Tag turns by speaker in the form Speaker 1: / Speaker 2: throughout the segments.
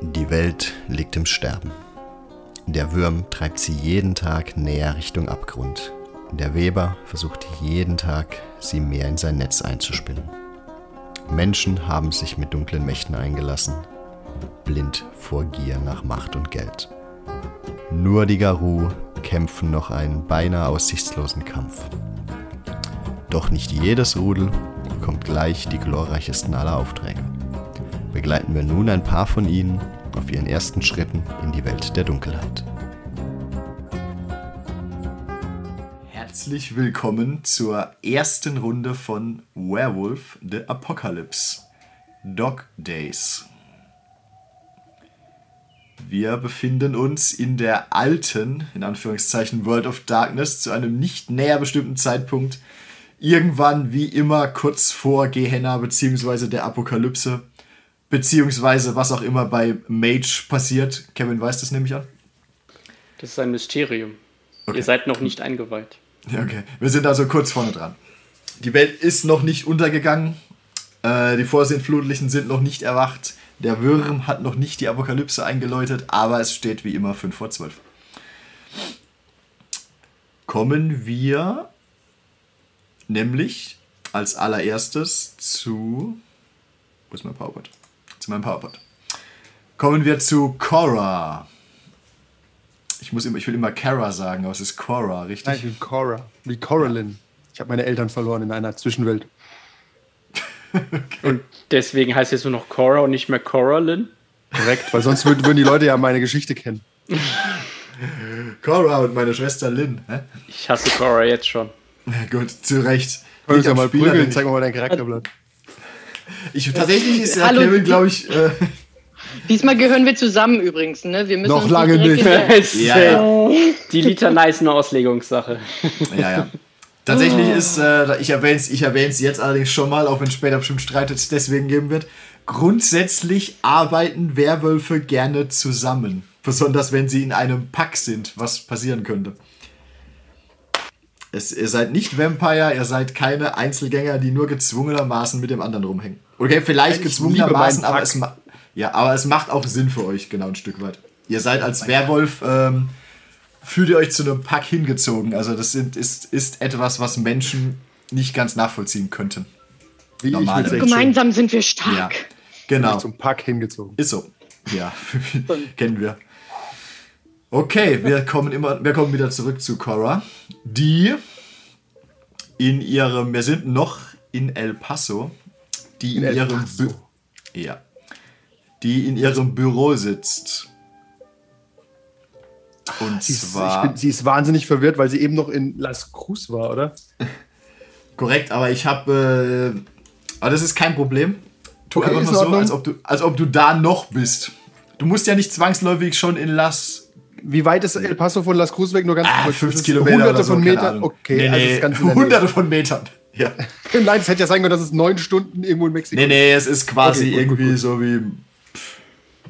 Speaker 1: Die Welt liegt im Sterben. Der Würm treibt sie jeden Tag näher Richtung Abgrund. Der Weber versucht jeden Tag, sie mehr in sein Netz einzuspinnen. Menschen haben sich mit dunklen Mächten eingelassen, blind vor Gier nach Macht und Geld. Nur die Garou kämpfen noch einen beinahe aussichtslosen Kampf. Doch nicht jedes Rudel bekommt gleich die glorreichsten aller Aufträge. Begleiten wir nun ein paar von ihnen auf ihren ersten Schritten in die Welt der Dunkelheit. Herzlich willkommen zur ersten Runde von Werewolf the Apocalypse Dog Days. Wir befinden uns in der alten, in Anführungszeichen, World of Darkness zu einem nicht näher bestimmten Zeitpunkt. Irgendwann, wie immer, kurz vor Gehenna bzw. der Apokalypse. Beziehungsweise was auch immer bei Mage passiert. Kevin weiß das nämlich an.
Speaker 2: Das ist ein Mysterium. Ihr seid noch nicht eingeweiht.
Speaker 1: Ja, okay. Wir sind also kurz vorne dran. Die Welt ist noch nicht untergegangen. Äh, die Vorsehenflutlichen sind noch nicht erwacht. Der Würm hat noch nicht die Apokalypse eingeläutet, aber es steht wie immer 5 vor 12. Kommen wir nämlich als allererstes zu. Wo ist mein PowerPoint? Zu meinem PowerPoint. Kommen wir zu Cora. Ich, muss immer, ich will immer Cara sagen, aber es ist Cora, richtig?
Speaker 3: Nein, wie Cora. Wie Coraline. Ich habe meine Eltern verloren in einer Zwischenwelt.
Speaker 2: Und deswegen heißt jetzt nur noch Cora und nicht mehr Coralyn.
Speaker 3: Korrekt, weil sonst würden, würden die Leute ja meine Geschichte kennen.
Speaker 1: Cora und meine Schwester Lynn. Hä?
Speaker 2: Ich hasse Cora jetzt schon.
Speaker 1: Na gut, zu Recht. Liegt am
Speaker 3: Können wir uns ja mal
Speaker 1: Spieler,
Speaker 3: prügeln,
Speaker 1: denn
Speaker 3: zeig mal dein Charakterblatt.
Speaker 1: Ich, tatsächlich ist der
Speaker 4: Hallo,
Speaker 1: Kevin,
Speaker 4: die-
Speaker 1: glaube ich. Äh,
Speaker 4: Diesmal gehören wir zusammen übrigens, ne? Wir müssen
Speaker 3: Noch
Speaker 4: uns
Speaker 3: lange
Speaker 4: direkt
Speaker 3: nicht.
Speaker 4: in der-
Speaker 1: Ja, ja.
Speaker 2: äh, Die Liter ist eine Auslegungssache.
Speaker 1: ja, ja. Tatsächlich ist, äh, ich erwähne es ich erwähn's jetzt allerdings schon mal, auch wenn es später bestimmt Streit jetzt deswegen geben wird. Grundsätzlich arbeiten Werwölfe gerne zusammen. Besonders wenn sie in einem Pack sind, was passieren könnte. Es, ihr seid nicht Vampire, ihr seid keine Einzelgänger, die nur gezwungenermaßen mit dem anderen rumhängen. Okay, vielleicht
Speaker 3: liebe
Speaker 1: gezwungenermaßen,
Speaker 3: meinen
Speaker 1: aber
Speaker 3: Pack.
Speaker 1: es, ma ja, aber es macht auch Sinn für euch, genau ein Stück weit. Ihr seid als Werwolf, ähm, fühlt ihr euch zu einem Pack hingezogen. Also das sind, ist, ist etwas, was Menschen nicht ganz nachvollziehen könnten.
Speaker 3: Wie ich
Speaker 1: Normale
Speaker 3: mit 16
Speaker 4: Gemeinsam sind wir
Speaker 1: Ja,
Speaker 4: stark.
Speaker 1: genau.
Speaker 3: zum Pack hingezogen.
Speaker 1: Ist so. Ja, kennen wir. Okay, wir kommen, immer, wir kommen wieder zurück zu Cora, die in ihrem, wir sind noch in El Paso, die in,
Speaker 3: El
Speaker 1: ihrem
Speaker 3: Paso.
Speaker 1: Bü- ja, die in ihrem Büro sitzt. Und
Speaker 3: Sie ist, ich
Speaker 1: zwar
Speaker 3: bin, sie ist wahnsinnig verwirrt, weil sie eben noch in Las Cruz war, oder?
Speaker 1: korrekt, aber ich habe, äh, aber das ist kein Problem. Tu
Speaker 3: Okay,
Speaker 1: einfach
Speaker 3: ist
Speaker 1: nur so,
Speaker 3: in Ordnung.
Speaker 1: als ob du, als ob du da noch bist. Du musst ja nicht zwangsläufig schon in Las
Speaker 3: Wie weit ist El Paso von Las Cruz weg? Nur ganz
Speaker 1: Ah,
Speaker 3: kurz.
Speaker 1: 50
Speaker 3: Das ist
Speaker 1: Kilometer
Speaker 3: Hunderte
Speaker 1: oder so,
Speaker 3: von
Speaker 1: keine
Speaker 3: Metern.
Speaker 1: Ahnung.
Speaker 3: Okay,
Speaker 1: nee,
Speaker 3: also
Speaker 1: nee,
Speaker 3: das ist ganz in der Nähe.
Speaker 1: hunderte von Metern. Ja.
Speaker 3: Nein, es hätte ja sein können, dass es neun Stunden irgendwo in Mexiko
Speaker 1: Nee, nee, es ist quasi
Speaker 3: Okay, gut,
Speaker 1: irgendwie
Speaker 3: gut, gut.
Speaker 1: so wie pff,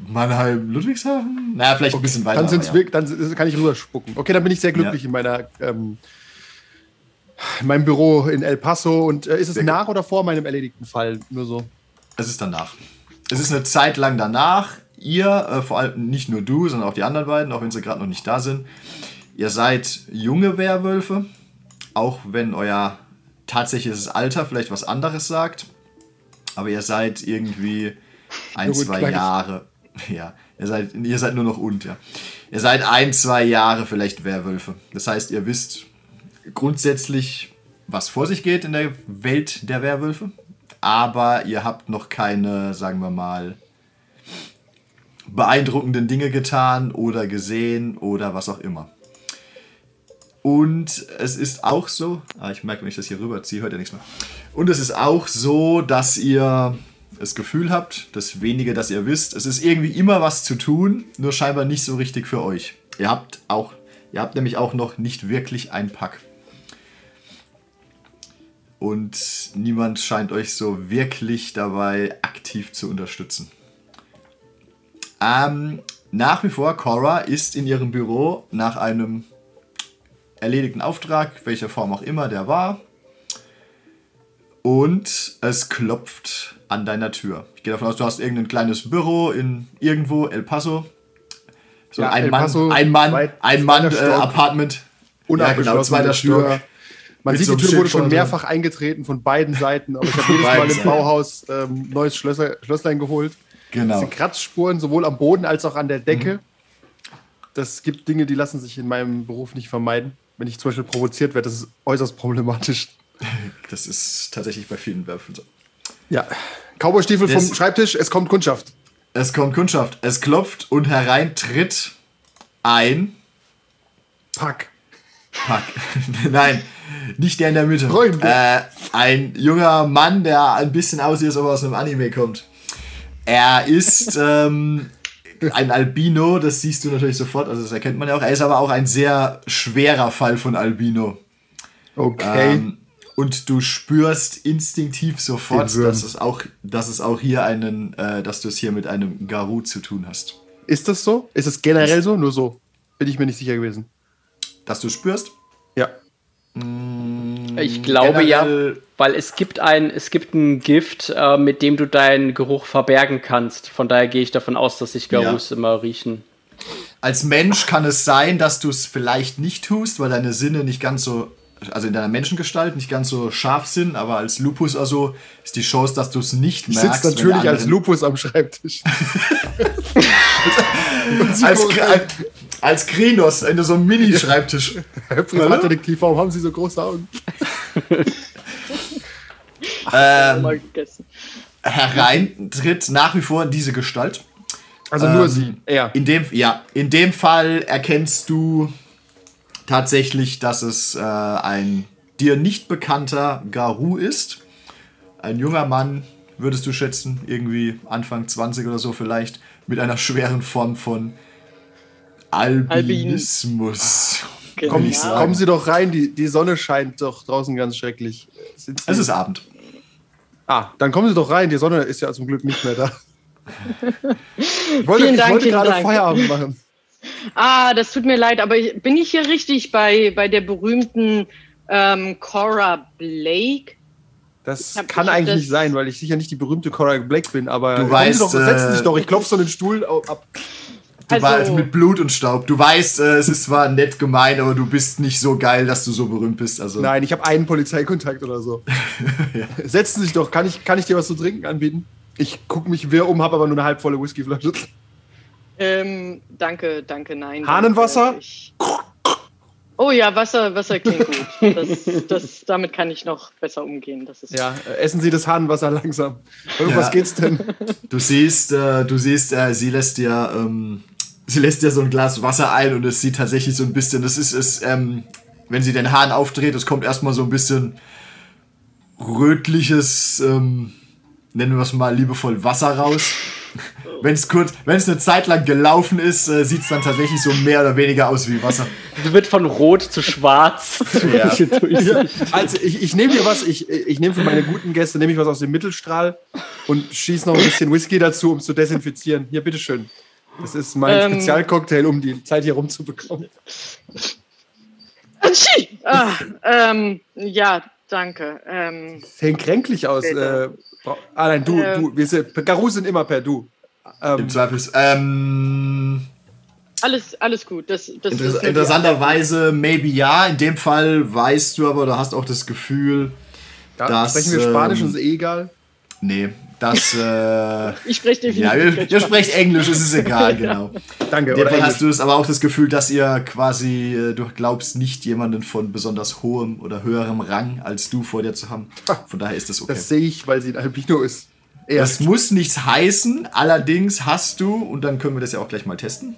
Speaker 1: Mannheim, Ludwigshafen? Naja, vielleicht ein bisschen weiter.
Speaker 3: Dann, sind's
Speaker 1: aber ja.
Speaker 3: wirklich, dann s- kann ich rüberspucken. Okay, dann bin ich sehr glücklich
Speaker 1: Ja.
Speaker 3: in meiner ähm, in meinem Büro in El Paso. Und äh, ist es nach oder vor meinem erledigten Fall? Nur so.
Speaker 1: Es ist danach. Es ist eine Zeit lang danach. Ihr, äh, vor allem nicht nur du, sondern auch die anderen beiden, auch wenn sie gerade noch nicht da sind. Ihr seid junge Werwölfe, auch wenn euer tatsächliches Alter vielleicht was anderes sagt. Aber ihr seid irgendwie ein,
Speaker 3: Nur ein
Speaker 1: zwei
Speaker 3: kleines-
Speaker 1: Jahre. Ja, ihr seid, ihr seid nur noch und, ja. Ihr seid ein, zwei Jahre vielleicht Werwölfe. Das heißt, ihr wisst grundsätzlich, was vor sich geht in der Welt der Werwölfe. Aber ihr habt noch keine, sagen wir mal, beeindruckenden Dinge getan oder gesehen oder was auch immer. Und es ist auch so, ah, ich merke, wenn ich das hier rüberziehe, hört ihr nichts mehr. Und es ist auch so, dass ihr das Gefühl habt, das wenige, das ihr wisst, es ist irgendwie immer was zu tun, nur scheinbar nicht so richtig für euch. Ihr habt auch, ihr habt nämlich auch noch nicht wirklich einen Pack. Und niemand scheint euch so wirklich dabei aktiv zu unterstützen. Ähm, nach wie vor, Cora ist in ihrem Büro nach einem erledigten Auftrag, welcher Form auch immer der war. Und es klopft an deiner Tür. Ich gehe davon aus, du hast irgendein kleines Büro in irgendwo, El Paso. So
Speaker 3: Ja,
Speaker 1: ein,
Speaker 3: El
Speaker 1: Mann,
Speaker 3: Paso,
Speaker 1: ein Mann,
Speaker 3: zweit-
Speaker 1: ein Mann,
Speaker 3: zweiter
Speaker 1: äh,
Speaker 3: Stock.
Speaker 1: Apartment. genau,
Speaker 3: Unabgeschlossene
Speaker 1: zweiter Stock.
Speaker 3: Man
Speaker 1: Mit
Speaker 3: sieht,
Speaker 1: so einem
Speaker 3: die Tür
Speaker 1: Schild
Speaker 3: wurde schon
Speaker 1: vorne drin.
Speaker 3: mehrfach eingetreten von beiden Seiten, aber ich habe jedes Mal
Speaker 1: beiden
Speaker 3: im
Speaker 1: Seiten.
Speaker 3: Bauhaus ähm, neues Schlösser, Schlösslein geholt. Es
Speaker 1: Genau. Mhm.
Speaker 3: sind Kratzspuren sowohl am Boden als auch an der Decke. Das gibt Dinge, die lassen sich in meinem Beruf nicht vermeiden. Wenn ich zum Beispiel provoziert werde, das ist äußerst problematisch.
Speaker 1: Das ist tatsächlich bei vielen Werfen so.
Speaker 3: Ja. Cowboystiefel vom
Speaker 1: Das-
Speaker 3: Schreibtisch, es kommt Kundschaft.
Speaker 1: Es kommt Kundschaft. Es klopft und herein tritt ein
Speaker 3: Pack.
Speaker 1: Pack. Nein, nicht der in der Mitte.
Speaker 3: Freunde.
Speaker 1: Äh, ein junger Mann, der ein bisschen aussieht, als ob er aus einem Anime kommt. Er ist ähm, ein Albino, das siehst du natürlich sofort, also das erkennt man ja auch. Er ist aber auch ein sehr schwerer Fall von Albino.
Speaker 3: Okay.
Speaker 1: Ähm, und du spürst instinktiv sofort,
Speaker 3: Den Würm.
Speaker 1: dass es auch, dass es auch hier einen, äh, dass du es hier mit einem Garou zu tun hast.
Speaker 3: ist das so? Ist es generell so? Nur so. Bin ich mir nicht sicher gewesen.
Speaker 1: Dass du spürst?
Speaker 3: Ja.
Speaker 2: Ich glaube ja,
Speaker 1: Generell-
Speaker 2: weil es gibt ein, es gibt ein Gift, äh, mit dem du deinen Geruch verbergen kannst. Von daher gehe ich davon aus, dass sich Garus immer riechen.
Speaker 1: als Mensch kann es sein, dass du es vielleicht nicht tust, weil deine Sinne nicht ganz so, also in deiner Menschengestalt nicht ganz so scharf sind, aber als Lupus also ist die Chance, dass du es nicht
Speaker 3: Ich
Speaker 1: merkst.
Speaker 3: sitze
Speaker 1: wenn der
Speaker 3: natürlich als
Speaker 1: anderen-
Speaker 3: Lupus am Schreibtisch.
Speaker 1: als, als, als Krinos in so einem Mini-Schreibtisch.
Speaker 3: Privatdetektiv, warum haben Sie so große Augen?
Speaker 4: Mal gegessen.
Speaker 1: Hereintritt nach wie vor diese Gestalt.
Speaker 3: Also nur Sie. Ja.
Speaker 1: In dem, ja, in dem Fall erkennst du tatsächlich, dass es äh, ein dir nicht bekannter Garou ist. Ein junger Mann, würdest du schätzen, irgendwie Anfang 20 oder so vielleicht, mit einer schweren Form von Albinismus.
Speaker 4: Genau.
Speaker 1: will
Speaker 3: Kommen,
Speaker 1: ich sagen.
Speaker 3: kommen Sie doch rein, die, die Sonne scheint doch draußen ganz schrecklich. Sind Sie-
Speaker 1: Es ist Abend.
Speaker 3: ah, dann kommen Sie doch rein, die Sonne ist ja zum Glück nicht mehr da. Ich wollte,
Speaker 4: Vielen
Speaker 3: ich
Speaker 4: Dank,
Speaker 3: wollte
Speaker 4: vielen
Speaker 3: gerade
Speaker 4: Dank.
Speaker 3: Feierabend machen.
Speaker 4: Ah, das tut mir leid, aber ich- bin ich hier richtig bei, bei der berühmten ähm, Cora Blake?
Speaker 3: Das
Speaker 4: Ich hab-
Speaker 3: kann
Speaker 4: ich hab
Speaker 3: eigentlich
Speaker 4: das-
Speaker 3: nicht sein, weil ich sicher nicht die berühmte Cora Black bin, aber
Speaker 1: Du
Speaker 3: Kommen Sie
Speaker 1: weißt,
Speaker 3: doch, setzen
Speaker 1: äh,
Speaker 3: Sie sich doch, ich klopfe so den Stuhl au- ab.
Speaker 1: Du
Speaker 4: Also-
Speaker 1: warst mit Blut und Staub. Du weißt, äh, es ist zwar nett gemeint, aber du bist nicht so geil, dass du so berühmt bist. Also
Speaker 3: Nein, ich habe einen Polizeikontakt oder so. Setzen Sie sich doch, kann ich, kann ich dir was zu trinken anbieten? Ich gucke mich wirr um, habe aber nur eine halbvolle Whiskyflasche.
Speaker 4: Ähm, danke, danke, nein.
Speaker 3: Hahnenwasser?
Speaker 4: Danke, ich- Oh ja, Wasser, Wasser klingt gut. Das, das, damit kann ich noch besser umgehen. Das ist
Speaker 3: Ja, äh, essen Sie das Hahnenwasser langsam. Um was
Speaker 1: Ja.
Speaker 3: geht's denn?
Speaker 1: Du siehst, äh, du siehst, äh, sie lässt dir, ähm, sie lässt dir so ein Glas Wasser ein und es sieht tatsächlich so ein bisschen, das ist es, ähm, wenn sie den Hahn aufdreht, es kommt erstmal so ein bisschen rötliches, ähm, nennen wir es mal liebevoll Wasser raus. Wenn es kurz, wenn es eine Zeit lang gelaufen ist, äh, sieht es dann tatsächlich so mehr oder weniger aus wie Wasser.
Speaker 2: Du wird von rot zu schwarz.
Speaker 1: Ja.
Speaker 3: Also ich, ich nehme dir was, ich, ich nehme für meine guten Gäste, nehme ich was aus dem Mittelstrahl und schieße noch ein bisschen Whisky dazu, um es zu desinfizieren. Hier, bitteschön. Das ist mein
Speaker 4: Ähm.
Speaker 3: Spezialcocktail, um die Zeit hier rumzubekommen.
Speaker 4: Atschi! Ah, ähm, ja, danke. Ähm,
Speaker 3: Sehen kränklich aus. Äh, bra- ah nein, du,
Speaker 4: Ähm.
Speaker 3: du, wir sind, Garus sind immer per Du.
Speaker 1: Im
Speaker 3: Ähm,
Speaker 1: Zweifel. Ähm,
Speaker 4: alles, alles gut. Das, das ist
Speaker 1: Interess
Speaker 4: nur die-
Speaker 1: interessanterweise, maybe ja. In dem Fall weißt du aber, oder hast auch das Gefühl,
Speaker 3: ja,
Speaker 1: das,
Speaker 3: sprechen wir Spanisch,
Speaker 1: ähm,
Speaker 3: ist eh egal.
Speaker 1: Nee, das. Äh, ja,
Speaker 4: Ich spreche definitiv.
Speaker 1: ihr, ihr sprecht Englisch, es ist egal, genau.
Speaker 3: Danke,
Speaker 1: In dem
Speaker 3: oder
Speaker 1: Fall
Speaker 3: Englisch.
Speaker 1: hast du es aber auch das Gefühl, dass ihr quasi, äh, du glaubst nicht jemanden von besonders hohem oder höherem Rang als du vor dir zu haben. Von daher ist das okay.
Speaker 3: Das sehe ich, weil sie ein Albino ist.
Speaker 1: Das
Speaker 3: Erst.
Speaker 1: muss nichts heißen, allerdings hast du, und dann können wir das ja auch gleich mal testen.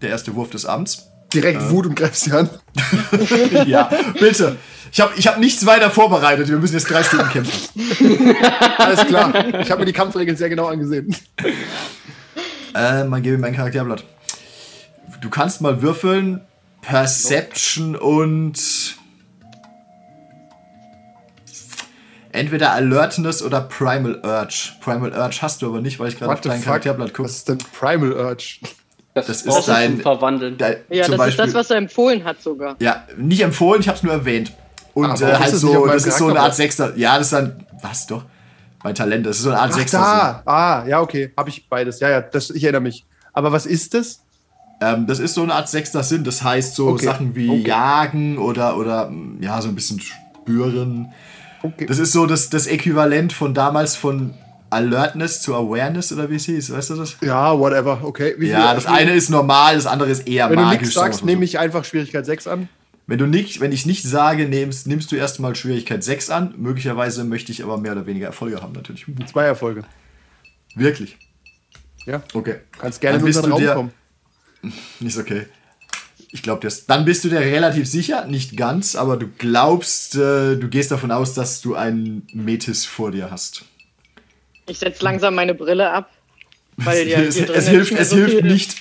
Speaker 1: Der erste Wurf des Abends.
Speaker 3: Direkt Wut und greifst sie an.
Speaker 1: Ja, bitte. Ich habe ich hab nichts weiter vorbereitet. Wir müssen jetzt drei Stunden kämpfen.
Speaker 3: Alles klar. Ich habe mir die Kampfregeln sehr genau angesehen.
Speaker 1: Äh, man gebe ihm ein Charakterblatt. Du kannst mal würfeln. Perception und. Entweder Alertness oder Primal Urge. Primal Urge hast du aber nicht, weil ich gerade auf
Speaker 3: What the
Speaker 1: dein
Speaker 3: fuck?
Speaker 1: Charakterblatt gucke.
Speaker 3: Was ist denn Primal Urge?
Speaker 1: Das ist
Speaker 2: Brauchst du
Speaker 1: dein-
Speaker 2: zum Verwandeln.
Speaker 1: Da-
Speaker 4: Ja,
Speaker 1: zum
Speaker 4: das
Speaker 1: Beispiel,
Speaker 4: ist das, was er empfohlen hat sogar.
Speaker 1: Ja, nicht empfohlen, ich hab's nur erwähnt. Und
Speaker 3: Aber
Speaker 1: äh,
Speaker 3: warum
Speaker 1: halt
Speaker 3: ist das nicht auf
Speaker 1: so,
Speaker 3: meinem
Speaker 1: das ist so eine
Speaker 3: Charakterblatt?
Speaker 1: Art Sechster. Ja, das ist dann was doch? Bei Talent, das ist so eine Art
Speaker 3: Ach,
Speaker 1: sechster
Speaker 3: da. Ah, ja, okay. Habe ich beides. Ja, ja, das, ich erinnere mich. Aber was ist das?
Speaker 1: Sinn. Ähm, das ist so eine Art sechster Sinn, das heißt so
Speaker 3: Okay.
Speaker 1: Sachen wie
Speaker 3: Okay.
Speaker 1: Jagen oder, oder mm, ja, so ein bisschen spüren.
Speaker 3: Okay.
Speaker 1: Das ist so das, das Äquivalent von damals von Alertness zu Awareness oder wie es hieß, weißt du das?
Speaker 3: ja, whatever. Okay. Wie
Speaker 1: Ja,
Speaker 3: viel-
Speaker 1: das eine ist normal, das andere ist eher
Speaker 3: Wenn du
Speaker 1: magisch.
Speaker 3: nichts
Speaker 1: sagen wir's
Speaker 3: sagst,
Speaker 1: mal so.
Speaker 3: nehme ich einfach Schwierigkeit 6 an.
Speaker 1: Wenn du nicht, wenn ich nicht sage, nimmst, nimmst du erstmal Schwierigkeit 6 an. Möglicherweise möchte ich aber mehr oder weniger Erfolge haben, natürlich.
Speaker 3: Zwei Erfolge.
Speaker 1: Wirklich.
Speaker 3: Ja.
Speaker 1: Okay.
Speaker 3: Kannst gerne
Speaker 1: Dann
Speaker 3: in
Speaker 1: bist
Speaker 3: unseren
Speaker 1: du
Speaker 3: Raum
Speaker 1: dir-
Speaker 3: kommen.
Speaker 1: Ist okay. Ich glaube das. Dann bist du dir relativ sicher, nicht ganz, aber du glaubst, äh, du gehst davon aus, dass du einen Metis vor dir hast.
Speaker 4: Ich setze langsam meine Brille ab. Weil ja,
Speaker 1: es
Speaker 4: hier drin
Speaker 1: es hilft,
Speaker 4: mehr
Speaker 1: es
Speaker 4: so
Speaker 1: hilft
Speaker 4: viel-
Speaker 1: nicht.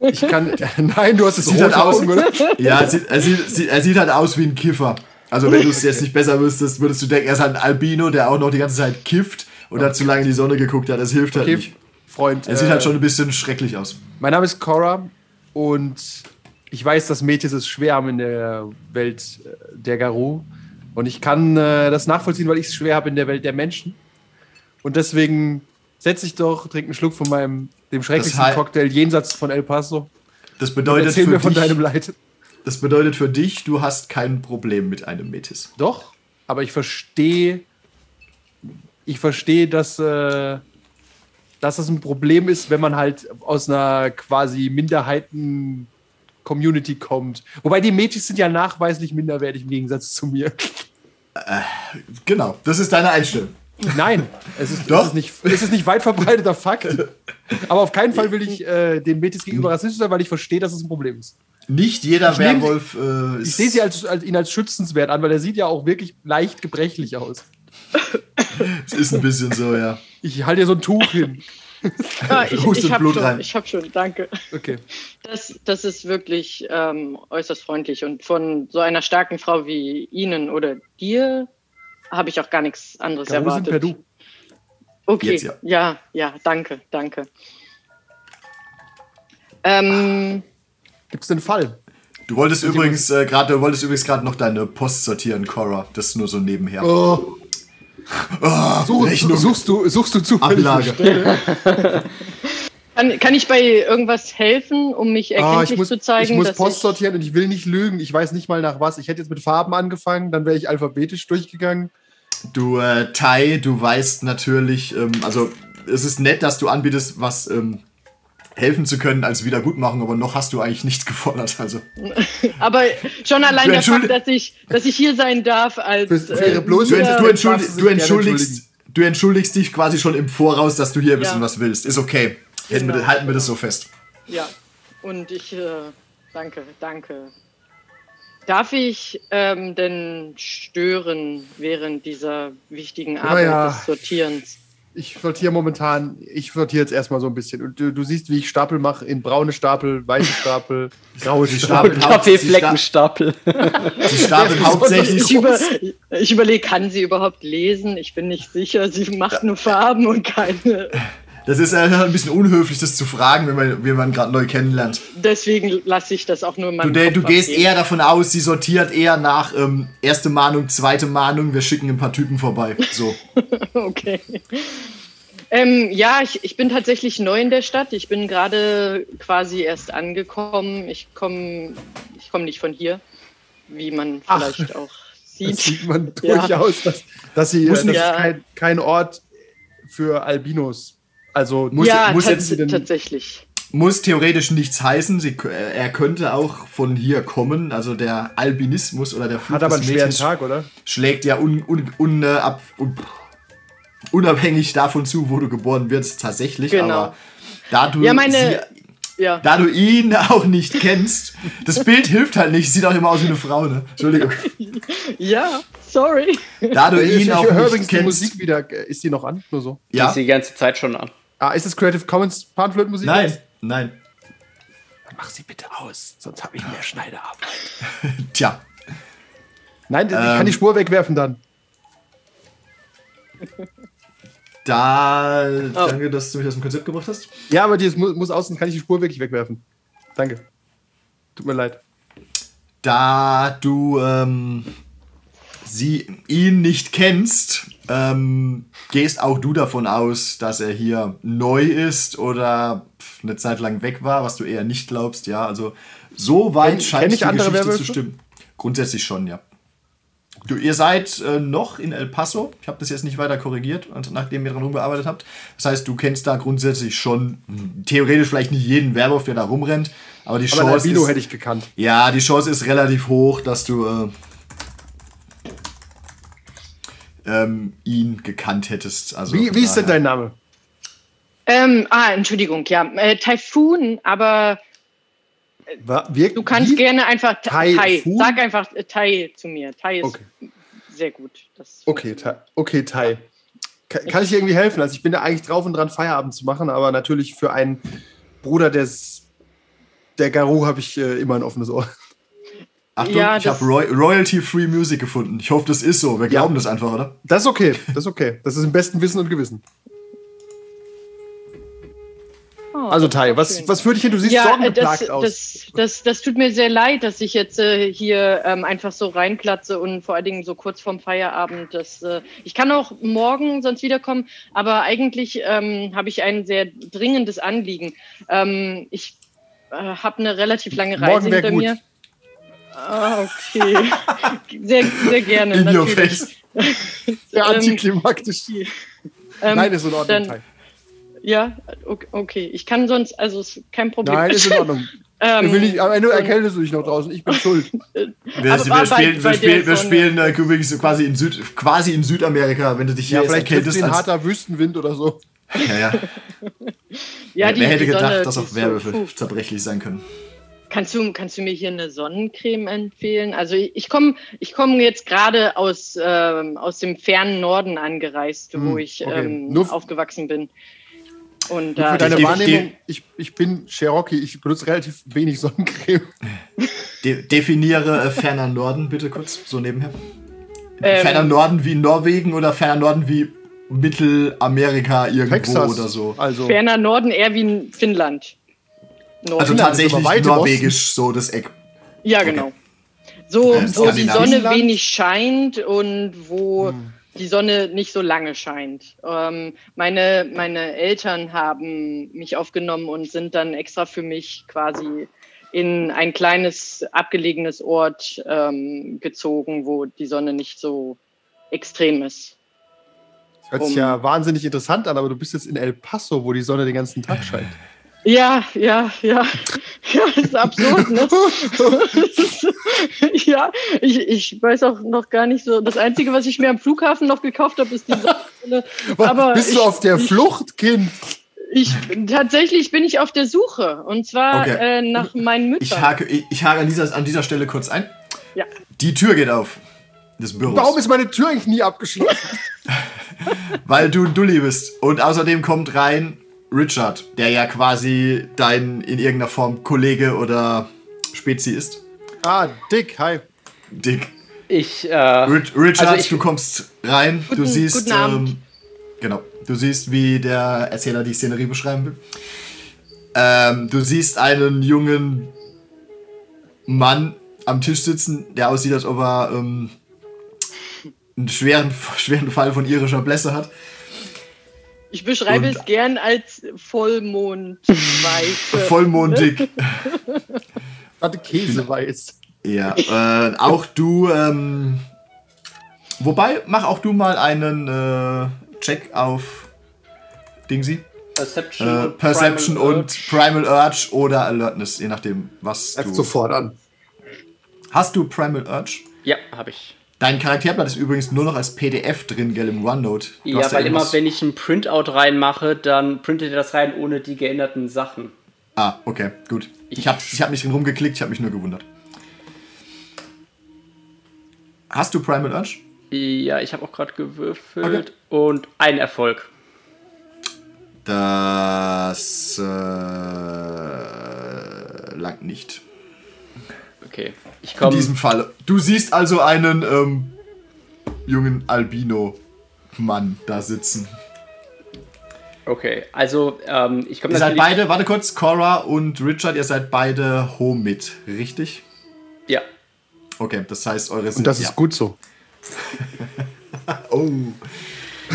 Speaker 3: Ich kann. Nein, du hast es
Speaker 1: Sieht
Speaker 3: rot
Speaker 1: halt aus,
Speaker 3: Augen, oder?
Speaker 1: Ja, er sieht, er, sieht, sie- er sieht halt aus wie ein Kiffer. Also wenn du es jetzt nicht besser wüsstest, würdest du denken, er ist halt ein Albino, der auch noch die ganze Zeit kifft und hat zu lange in die Sonne geguckt hat. Das hilft halt
Speaker 3: Okay,
Speaker 1: nicht.
Speaker 3: Freund.
Speaker 1: Er sieht halt schon ein bisschen schrecklich aus.
Speaker 3: Mein Name ist Cora und ich weiß, dass Metis es schwer haben in der Welt äh, der Garou. Und ich kann äh, das nachvollziehen, weil ich es schwer habe in der Welt der Menschen. Und deswegen setze ich doch, trinke einen Schluck von meinem, dem schrecklichsten
Speaker 1: hei-
Speaker 3: Cocktail jenseits von El Paso.
Speaker 1: Das
Speaker 3: Und
Speaker 1: bedeutet,
Speaker 3: erzähl
Speaker 1: für
Speaker 3: mir von
Speaker 1: dich,
Speaker 3: deinem Leid.
Speaker 1: das bedeutet für dich, du hast kein Problem mit einem Metis.
Speaker 3: Doch, aber ich verstehe, ich verstehe, dass, äh, dass das ein Problem ist, wenn man halt aus einer quasi Minderheiten-Community kommt. Wobei die Mädchen sind ja nachweislich minderwertig im Gegensatz zu mir.
Speaker 1: Genau, das ist deine Einstellung.
Speaker 3: Nein, es ist,
Speaker 1: Doch.
Speaker 3: Es ist, nicht, es ist nicht weit verbreiteter Fakt. Aber auf keinen Fall will ich äh, den Mädchen gegenüber rassistisch sein, weil ich verstehe, dass es ein Problem ist.
Speaker 1: Nicht jeder
Speaker 3: nehm-
Speaker 1: Werwolf äh, ist.
Speaker 3: Ich sehe sie als, als, ihn als schützenswert an, weil er sieht ja auch wirklich leicht gebrechlich aus.
Speaker 1: es ist ein bisschen so, ja.
Speaker 3: Ich halte ihr so ein Tuch hin.
Speaker 4: Ah, ich
Speaker 1: Hustet
Speaker 4: ich habe
Speaker 1: Blut
Speaker 4: schon,
Speaker 1: rein.
Speaker 4: ich hab schon, danke.
Speaker 3: Okay.
Speaker 4: Das, das ist wirklich ähm, äußerst freundlich. Und von so einer starken Frau wie Ihnen oder dir habe ich auch gar nichts anderes
Speaker 3: Garou sind
Speaker 4: erwartet.
Speaker 3: per Du.
Speaker 4: Okay,
Speaker 1: Jetzt, ja.
Speaker 4: ja. ja, danke, danke. Ähm,
Speaker 3: Gibt es den Fall?
Speaker 1: Du wolltest übrigens äh, gerade, du wolltest übrigens gerade noch deine Post sortieren, Cora. Das nur so nebenher.
Speaker 3: Oh. Such,
Speaker 1: Ah, Rechnung.
Speaker 3: suchst du, suchst du zufällig eine
Speaker 1: Ablage.
Speaker 3: Stelle?
Speaker 4: kann, kann ich bei irgendwas helfen, um mich
Speaker 3: Ah,
Speaker 4: erkenntlich
Speaker 3: ich muss,
Speaker 4: zu zeigen?
Speaker 3: ich muss
Speaker 4: dass
Speaker 3: Post sortieren und ich will nicht lügen. Ich weiß nicht mal nach was. Ich hätte jetzt mit Farben angefangen, dann wäre ich alphabetisch durchgegangen.
Speaker 1: Du, äh, Tai, du weißt natürlich, ähm, also es ist nett, dass du anbietest, was ähm, helfen zu können als Wiedergutmachung, aber noch hast du eigentlich nichts gefordert. Also
Speaker 4: Aber schon allein der
Speaker 1: entschuldi-
Speaker 4: Fakt, dass ich, dass ich hier sein darf als äh,
Speaker 3: Für- für ihre bloße
Speaker 1: du,
Speaker 3: Ja,
Speaker 1: du,
Speaker 3: das darfst du
Speaker 1: entschuldigst, du,
Speaker 3: sich gerne
Speaker 1: entschuldigst, du entschuldigst dich quasi schon im Voraus, dass du hier ein bisschen
Speaker 4: Ja.
Speaker 1: was willst. Ist okay. Hätten wir,
Speaker 4: Genau,
Speaker 1: halten wir das so
Speaker 4: genau.
Speaker 1: fest.
Speaker 4: Ja, und ich äh, danke, danke. Darf ich ähm, denn stören während dieser wichtigen Arbeit
Speaker 3: ja.
Speaker 4: des Sortierens?
Speaker 3: Ich sortiere momentan, ich sortiere jetzt erstmal so ein bisschen. Und du, du siehst, wie ich Stapel mache in braune Stapel, weiße Stapel, graue Stapel.
Speaker 1: Stapeln hau- sie sta-
Speaker 2: Kaffeefleckenstapel.
Speaker 1: sie stapeln hauptsächlich.
Speaker 4: Ich, über, ich überlege, kann sie überhaupt lesen? Ich bin nicht sicher. Sie macht nur Farben und keine.
Speaker 1: Das ist äh, ein bisschen unhöflich, das zu fragen, wenn man, wenn man gerade neu kennenlernt.
Speaker 4: Deswegen lasse ich das auch nur in
Speaker 1: Du,
Speaker 4: meinem
Speaker 1: de-
Speaker 4: Kopf
Speaker 1: du gehst
Speaker 4: abgehen.
Speaker 1: eher davon aus, sie sortiert eher nach ähm, erste Mahnung, zweite Mahnung, wir schicken ein paar Typen vorbei. So.
Speaker 4: Okay. Ähm, ja, ich, ich bin tatsächlich neu in der Stadt. Ich bin gerade quasi erst angekommen. Ich komme ich komm nicht von hier, wie man
Speaker 3: Ach.
Speaker 4: vielleicht auch
Speaker 3: Das
Speaker 4: sieht.
Speaker 3: sieht man
Speaker 4: Ja.
Speaker 3: durchaus, dass, dass sie äh,
Speaker 1: Muss
Speaker 3: dass es
Speaker 4: nicht- Ja.
Speaker 3: kein, kein Ort für Albinos. Also
Speaker 1: Muss-
Speaker 4: ja,
Speaker 1: muss
Speaker 4: tats-
Speaker 1: jetzt
Speaker 3: den-
Speaker 4: tatsächlich.
Speaker 1: Muss theoretisch nichts heißen, sie, k- äh, er könnte auch von hier kommen. Also der Albinismus oder der Fluch
Speaker 3: hat aber einen
Speaker 1: des
Speaker 3: schweren
Speaker 1: Mädchens
Speaker 3: Tag, oder?
Speaker 1: schlägt ja un, un, un, äh, ab, un, unabhängig davon zu, wo du geboren wirst, tatsächlich.
Speaker 4: Genau.
Speaker 1: Aber da
Speaker 3: Hm,
Speaker 1: du,
Speaker 4: Ja, meine-
Speaker 1: sie,
Speaker 4: Ja.
Speaker 1: da du ihn auch nicht kennst, das Bild hilft halt nicht, sieht auch immer aus wie eine Frau, ne? Entschuldigung.
Speaker 4: ja, sorry.
Speaker 1: Da du
Speaker 3: Äh, Ich, ich,
Speaker 1: ihn
Speaker 3: ich
Speaker 1: auch
Speaker 3: höre
Speaker 1: nicht
Speaker 3: übrigens die
Speaker 1: kennst.
Speaker 3: Musik wieder. Ist die noch an? Nur so.
Speaker 2: Ja. Die
Speaker 1: ja?
Speaker 2: ist die ganze Zeit schon an.
Speaker 3: Ah, ist es Creative Commons Panflötenmusik?
Speaker 1: Nein, nein.
Speaker 3: Mach sie bitte aus, sonst habe ich
Speaker 1: Ah.
Speaker 3: mehr Schneiderarbeit.
Speaker 1: Tja.
Speaker 3: Nein, ich
Speaker 1: Ähm.
Speaker 3: kann die Spur wegwerfen dann.
Speaker 1: Da,
Speaker 4: Oh.
Speaker 1: danke, dass du mich aus dem Konzept gebracht hast.
Speaker 3: Ja, aber die ist, muss, muss aus, sonst kann ich die Spur wirklich wegwerfen. Danke. Tut mir leid.
Speaker 1: Da du ähm, sie, ihn nicht kennst, Ähm, gehst auch du davon aus, dass er hier neu ist oder pf, eine Zeit lang weg war, was du eher nicht glaubst, ja? Also so weit
Speaker 3: Kenn- kenn
Speaker 1: scheint
Speaker 3: ich
Speaker 1: die
Speaker 3: andere
Speaker 1: Geschichte zu
Speaker 3: Werwölfe?
Speaker 1: stimmen. Grundsätzlich schon, ja. Du, ihr seid äh, noch in El Paso. Ich habe das jetzt nicht weiter korrigiert, und nachdem ihr dran rumgearbeitet habt. Das heißt, du kennst da grundsätzlich schon mh, theoretisch vielleicht nicht jeden Werwolf, der da rumrennt, aber die
Speaker 3: Aber ein
Speaker 1: Chance
Speaker 3: Albino
Speaker 1: ist,
Speaker 3: hätte ich gekannt.
Speaker 1: ja, die Chance ist relativ hoch, dass du äh, ähm, ihn gekannt hättest. Also
Speaker 3: Wie,
Speaker 1: von
Speaker 3: wie ist denn
Speaker 1: daher-
Speaker 3: dein Name?
Speaker 4: Ähm, ah, Entschuldigung, ja. Äh, Taifun, aber
Speaker 3: Wa- Wir,
Speaker 4: du kannst
Speaker 3: wie?
Speaker 4: gerne einfach Tai. Tai.
Speaker 3: Taifun?
Speaker 4: Sag einfach äh, Tai zu mir. Tai ist
Speaker 3: Okay.
Speaker 4: sehr gut. Das
Speaker 3: Okay, Tai. Okay, Tai. Ka- Kann ich dir irgendwie helfen? Also ich bin da eigentlich drauf und dran, Feierabend zu machen, aber natürlich für einen Bruder des, der Garou habe ich äh, immer ein offenes Ohr.
Speaker 1: Achtung,
Speaker 4: Ja,
Speaker 1: ich
Speaker 4: das-
Speaker 1: habe Roy Royalty-Free Music gefunden. Ich hoffe, das ist so. Wir glauben das einfach, oder?
Speaker 3: Das ist okay, das ist okay. Das ist im besten Wissen und Gewissen.
Speaker 4: Oh,
Speaker 3: Also Tai, was,
Speaker 4: schön.
Speaker 3: was führt dich hin? Du siehst
Speaker 4: ja, äh, das,
Speaker 3: sorgengeplagt aus.
Speaker 4: das, das, das tut mir sehr leid, dass ich jetzt äh, hier ähm, einfach so reinplatze und vor allen Dingen so kurz vorm Feierabend. Das, äh, ich kann auch morgen sonst wiederkommen, aber eigentlich ähm, habe ich ein sehr dringendes Anliegen. Ähm, ich äh, habe eine relativ lange Reise
Speaker 3: Morgen wär
Speaker 4: hinter
Speaker 3: gut.
Speaker 4: mir. Ah, okay. sehr, sehr gerne.
Speaker 1: In your
Speaker 4: natürlich.
Speaker 1: face.
Speaker 3: ja,
Speaker 4: ähm,
Speaker 3: antiklimaktisch.
Speaker 4: Ähm,
Speaker 3: Nein, ist in Ordnung,
Speaker 4: dann-
Speaker 3: Tai.
Speaker 4: Ja, okay, okay. Ich kann sonst, also ist kein Problem.
Speaker 3: Nein, ist in Ordnung.
Speaker 4: Ähm,
Speaker 3: Ich will nicht, am Ende
Speaker 4: dann-
Speaker 3: erkältest du dich noch draußen. Ich bin schuld.
Speaker 1: Wir,
Speaker 4: Aber
Speaker 1: wir
Speaker 4: bei-
Speaker 1: spielen, wir
Speaker 4: bei
Speaker 1: spielen,
Speaker 4: der
Speaker 1: wir
Speaker 4: Sonne.
Speaker 1: spielen äh, übrigens quasi in, Süd, quasi in Südamerika, wenn du dich hier
Speaker 3: Ja,
Speaker 1: jetzt
Speaker 3: vielleicht trifft sie ein
Speaker 1: als-
Speaker 3: harter Wüstenwind oder so.
Speaker 1: ja, ja.
Speaker 4: ja, die,
Speaker 1: Wer hätte
Speaker 4: die
Speaker 1: gedacht,
Speaker 4: Sonne,
Speaker 1: dass
Speaker 4: die
Speaker 1: auch
Speaker 4: ist so-
Speaker 1: Werwölfe
Speaker 4: puh.
Speaker 1: zerbrechlich sein können?
Speaker 4: Kannst du, kannst du mir hier eine Sonnencreme empfehlen? Also ich ich komme ich komm jetzt gerade aus, ähm, aus dem fernen Norden angereist, wo
Speaker 3: Hm,
Speaker 4: ich
Speaker 3: okay.
Speaker 4: ähm,
Speaker 3: Nur f-
Speaker 4: aufgewachsen bin. Und
Speaker 3: Nur
Speaker 4: ähm, da
Speaker 3: für deine
Speaker 1: ich-
Speaker 3: Wahrnehmung, ich, ich bin Cherokee, ich benutze relativ wenig Sonnencreme.
Speaker 1: De definiere äh, ferner Norden bitte kurz, so nebenher.
Speaker 4: Ähm.
Speaker 1: ferner Norden wie Norwegen oder ferner Norden wie Mittelamerika irgendwo
Speaker 3: Texas
Speaker 1: oder so.
Speaker 3: Also,
Speaker 4: ferner Norden eher wie in Finnland. Norden.
Speaker 1: Also
Speaker 3: Finnland ist
Speaker 1: tatsächlich
Speaker 3: aber weit im
Speaker 1: norwegisch, so das Eck.
Speaker 4: ja, genau. So,
Speaker 1: Ähm,
Speaker 4: wo die
Speaker 1: Skandinavien.
Speaker 4: Sonne wenig scheint und wo die Sonne nicht so lange scheint. Ähm, meine, meine Eltern haben mich aufgenommen und sind dann extra für mich quasi in ein kleines abgelegenes Ort ähm, gezogen, wo die Sonne nicht so extrem ist.
Speaker 3: hört sich
Speaker 4: um-
Speaker 3: ja wahnsinnig interessant an, aber du bist jetzt in El Paso, wo die Sonne den ganzen Tag scheint.
Speaker 4: Ja, ja, ja. Ja, das ist absurd, ne? Das ist, ja, ich, ich weiß auch noch gar nicht so. Das Einzige, was ich mir am Flughafen noch gekauft habe, ist die Sonne. Aber
Speaker 3: bist
Speaker 4: ich-
Speaker 3: du auf der Flucht, Kind?
Speaker 4: Ich, tatsächlich bin ich auf der Suche. Und zwar
Speaker 1: Okay.
Speaker 4: äh, nach meinen Müttern.
Speaker 1: Ich hake, ich, ich hake an, dieser, an dieser Stelle kurz ein.
Speaker 4: Ja.
Speaker 1: Die Tür geht auf. Des Büros.
Speaker 3: Warum ist meine Tür eigentlich nie abgeschlossen?
Speaker 1: Weil du ein Dulli bist. Und außerdem kommt rein Richard, der ja quasi dein in irgendeiner Form Kollege oder Spezi ist.
Speaker 3: Ah, Dick, hi.
Speaker 1: Dick.
Speaker 2: Ich, äh,
Speaker 1: Rich Richard,
Speaker 2: Also ich-
Speaker 1: du kommst rein, du
Speaker 4: Guten-
Speaker 1: siehst.
Speaker 4: guten Abend.
Speaker 1: Ähm, genau. Du siehst, wie der Erzähler die Szenerie beschreiben will. Ähm, du siehst einen jungen Mann am Tisch sitzen, der aussieht, als ob er ähm, einen schweren, schweren Fall von irischer Blässe hat.
Speaker 4: Ich beschreibe
Speaker 1: Und-
Speaker 4: es gern als Vollmondweiße.
Speaker 1: Vollmondig.
Speaker 3: Hatte Käseweiß.
Speaker 1: ja. Äh, auch du. Ähm, wobei, mach auch du mal einen äh, Check auf Dingsy.
Speaker 2: Perception,
Speaker 1: Äh,
Speaker 2: und
Speaker 1: Perception
Speaker 2: Primal
Speaker 1: und Primal Urge oder Alertness, je nachdem, was
Speaker 3: Erst
Speaker 1: du.
Speaker 3: sofort an.
Speaker 1: Hast du Primal Urge?
Speaker 2: Urge. Ja, habe ich.
Speaker 1: Dein Charakterblatt ist übrigens nur noch als PDF drin, gell, im OneNote. Du
Speaker 2: Ja,
Speaker 1: hast eh
Speaker 2: weil immer,
Speaker 1: irgendwas-
Speaker 2: wenn ich ein Printout reinmache, dann printet er das rein ohne die geänderten Sachen.
Speaker 1: Ah, okay, gut. Ich hab, ich hab nicht drin rumgeklickt, ich hab mich nur gewundert. Hast du Primal Urge?
Speaker 2: Ja, ich habe auch gerade gewürfelt und ein Erfolg.
Speaker 1: Das äh, langt nicht.
Speaker 2: Okay. Ich
Speaker 1: In
Speaker 2: komme.
Speaker 1: diesem Fall. Du siehst also einen ähm, jungen Albino-Mann da sitzen.
Speaker 2: Okay, also ähm, ich komme
Speaker 1: Ihr seid
Speaker 2: natürlich.
Speaker 1: beide, warte kurz, Cora und Richard, ihr seid beide Homit, richtig?
Speaker 2: ja.
Speaker 1: Okay, das heißt, eure sind.
Speaker 3: Und das ist
Speaker 1: ja.
Speaker 3: gut so.
Speaker 1: Oh.